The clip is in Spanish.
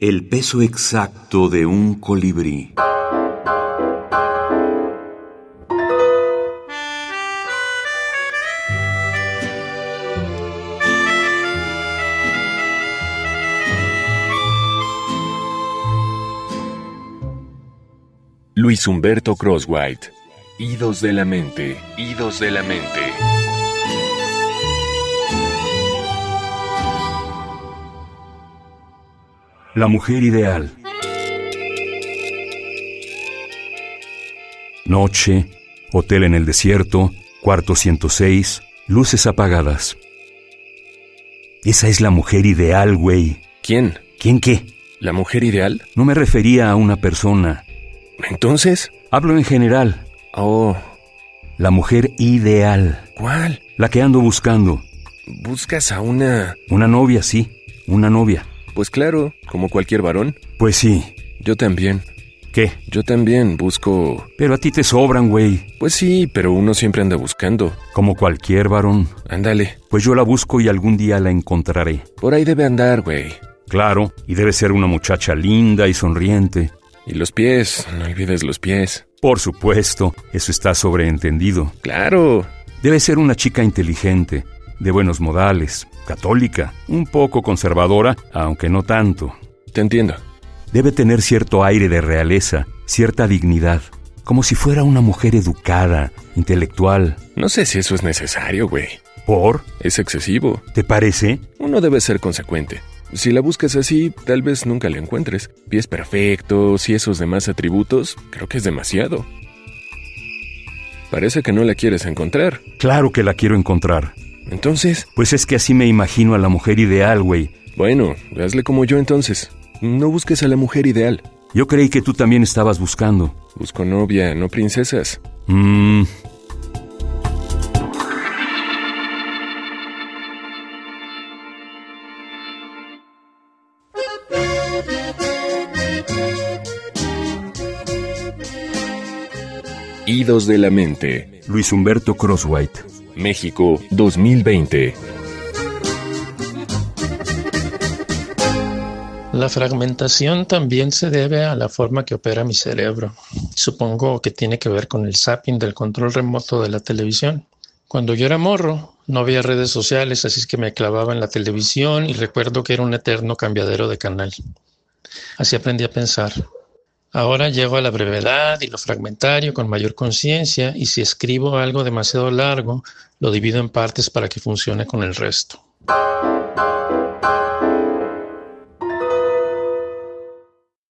El peso exacto de un colibrí. Luis Humberto Crosswhite. Idos de la mente, idos de la mente. La mujer ideal. Noche, hotel en el desierto, cuarto 106, luces apagadas. Esa es la mujer ideal, güey. ¿Quién? ¿Quién qué? ¿La mujer ideal? No me refería a una persona. Entonces, Hablo en general. oh, La mujer ideal. ¿cuál? La que ando buscando. ¿Buscas a una? Una novia, sí. Una novia. Pues claro, como cualquier varón. Pues sí. Yo también. ¿Qué? Yo también busco. Pero a ti te sobran, güey. Pues sí, pero uno siempre anda buscando. Como cualquier varón. Ándale. Pues yo la busco y algún día la encontraré. Por ahí debe andar, güey. Claro, y debe ser una muchacha linda y sonriente. Y los pies, no olvides los pies. Por supuesto, eso está sobreentendido. Claro. Debe ser una chica inteligente, de buenos modales, católica, un poco conservadora, aunque no tanto. Te entiendo. Debe tener cierto aire de realeza, cierta dignidad, como si fuera una mujer educada, intelectual. No sé si eso es necesario, güey. ¿Por? Es excesivo. ¿Te parece? Uno debe ser consecuente. Si la buscas así, tal vez nunca la encuentres. Pies perfectos y esos demás atributos, creo que es demasiado. Parece que no la quieres encontrar. Claro que la quiero encontrar. Entonces, Pues es que así me imagino a la mujer ideal, güey. bueno, hazle como yo entonces. No busques a la mujer ideal. Yo creí que tú también estabas buscando. Busco novia, no princesas. Mmm. Idos de la mente. Luis Humberto Crosswhite. México 2020. La fragmentación también se debe a la forma que opera mi cerebro. Supongo que tiene que ver con el zapping del control remoto de la televisión. Cuando yo era morro, no había redes sociales, así es que me clavaba en la televisión y recuerdo que era un eterno cambiadero de canal. Así aprendí a pensar. Ahora llego a la brevedad y lo fragmentario con mayor conciencia y si escribo algo demasiado largo, lo divido en partes para que funcione con el resto.